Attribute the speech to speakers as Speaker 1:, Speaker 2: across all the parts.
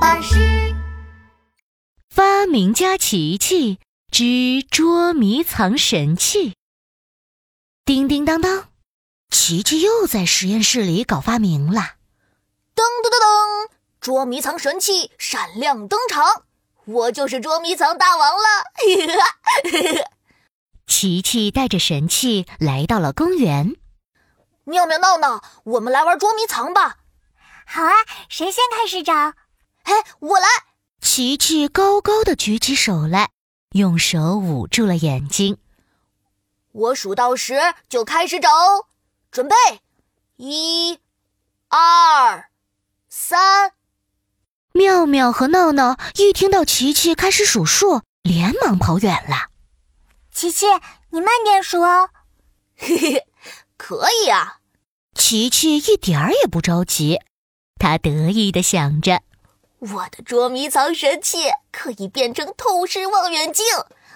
Speaker 1: 巴士。
Speaker 2: 发明家琪琪之捉迷藏神器。叮叮当当，琪琪又在实验室里搞发明了。
Speaker 1: 噔噔噔噔，捉迷藏神器闪亮登场，我就是捉迷藏大王了！
Speaker 2: 琪琪带着神器来到了公园。
Speaker 1: 妙妙闹闹，我们来玩捉迷藏吧！
Speaker 3: 好啊，谁先开始找？
Speaker 1: 哎，我来！
Speaker 2: 琪琪高高的举起手来，用手捂住了眼睛。
Speaker 1: 我数到十就开始找哦，准备，一、二、三。
Speaker 2: 妙妙和闹闹一听到琪琪开始数数，连忙跑远了。
Speaker 3: 琪琪，你慢点数哦。
Speaker 1: 嘿嘿， 可以啊！
Speaker 2: 琪琪一点儿也不着急，他得意的想着。
Speaker 1: 我的捉迷藏神器可以变成透视望远镜，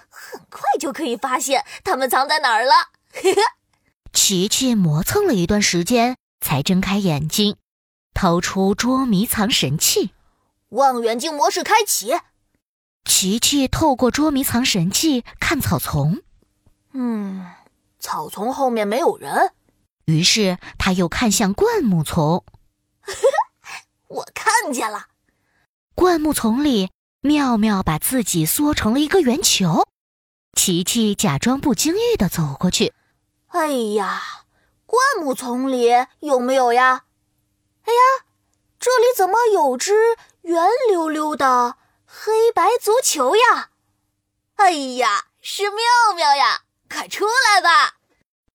Speaker 1: 很快就可以发现它们藏在哪儿了。
Speaker 2: 琪琪磨蹭了一段时间，才睁开眼睛，掏出捉迷藏神器。
Speaker 1: 望远镜模式开启。
Speaker 2: 琪琪透过捉迷藏神器看草丛，
Speaker 1: 嗯，草丛后面没有人。
Speaker 2: 于是他又看向灌木丛，
Speaker 1: 我看见了。
Speaker 2: 灌木丛里，妙妙把自己缩成了一个圆球。琪琪假装不经意的走过去。
Speaker 1: 哎呀，灌木丛里有没有呀？哎呀，这里怎么有只圆溜溜的黑白足球呀？哎呀，是妙妙呀！快出来吧！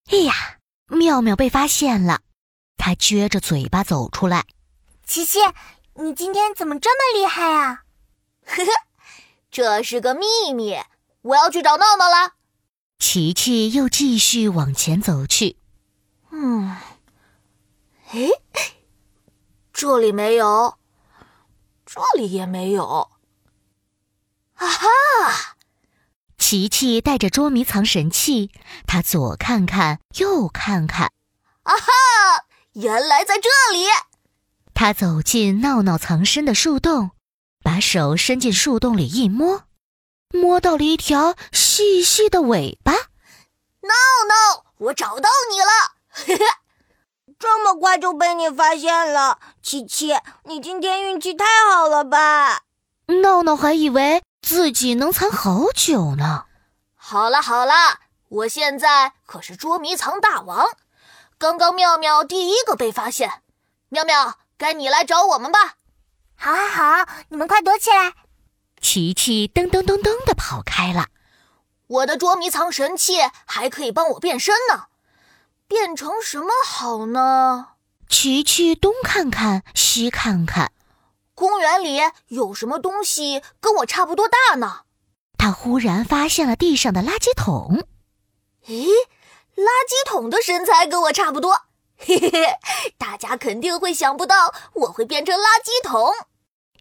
Speaker 2: 哎呀，妙妙被发现了，她撅着嘴巴走出来。
Speaker 3: 琪琪。你今天怎么这么厉害啊？
Speaker 1: 呵呵，这是个秘密，我要去找闹闹了。
Speaker 2: 琪琪又继续往前走去。
Speaker 1: 嗯，诶，哎这里没有，这里也没有。啊哈！
Speaker 2: 琪琪带着捉迷藏神器，他左看看，右看看。
Speaker 1: 啊哈！原来在这里。
Speaker 2: 他走进闹闹藏身的树洞，把手伸进树洞里一摸，摸到了一条细细的尾巴。
Speaker 1: 闹闹，我找到你了！
Speaker 4: 这么快就被你发现了，琪琪，你今天运气太好了吧？
Speaker 2: 闹闹还以为自己能藏好久呢。
Speaker 1: 好了好了，我现在可是捉迷藏大王。刚刚妙妙第一个被发现，妙妙。该你来找我们吧！
Speaker 3: 好啊好啊，你们快躲起来！
Speaker 2: 琪琪噔噔噔噔的跑开了。
Speaker 1: 我的捉迷藏神器还可以帮我变身呢，变成什么好呢？
Speaker 2: 琪琪东看看西看看，
Speaker 1: 公园里有什么东西跟我差不多大呢？
Speaker 2: 他忽然发现了地上的垃圾桶。
Speaker 1: 咦，垃圾桶的身材跟我差不多。 嘿嘿嘿，大家肯定会想不到我会变成垃圾桶。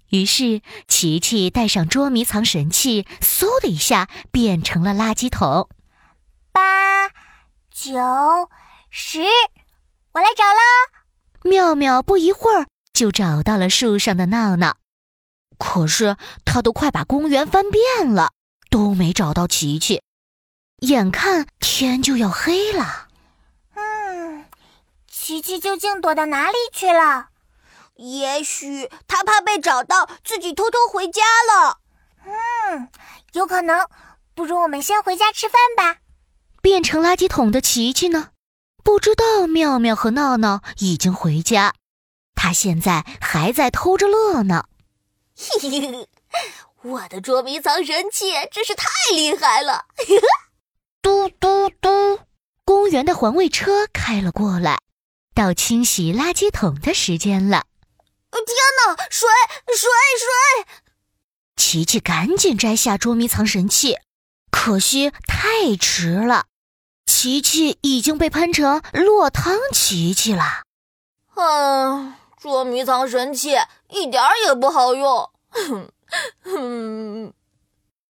Speaker 2: 于是，琪琪带上捉迷藏神器，嗖的一下变成了垃圾桶。
Speaker 3: 八、九、十，我来找啦！
Speaker 2: 妙妙不一会儿就找到了树上的闹闹，可是他都快把公园翻遍了，都没找到琪琪。眼看天就要黑了。
Speaker 3: 琪琪究竟躲到哪里去了？
Speaker 4: 也许他怕被找到，自己偷偷回家了。
Speaker 3: 嗯，有可能。不如我们先回家吃饭吧。
Speaker 2: 变成垃圾桶的琪琪呢？不知道妙妙和闹闹已经回家，他现在还在偷着乐呢。
Speaker 1: 嘿嘿， 我的捉迷藏神器真是太厉害了！
Speaker 2: 嘟嘟嘟，公园的环卫车开了过来。到清洗垃圾桶的时间了！
Speaker 1: 天哪，水水水！
Speaker 2: 琪琪赶紧摘下捉迷藏神器，可惜太迟了，琪琪已经被喷成落汤琪琪了。
Speaker 1: 嗯， 捉迷藏神器一点也不好用。哼哼。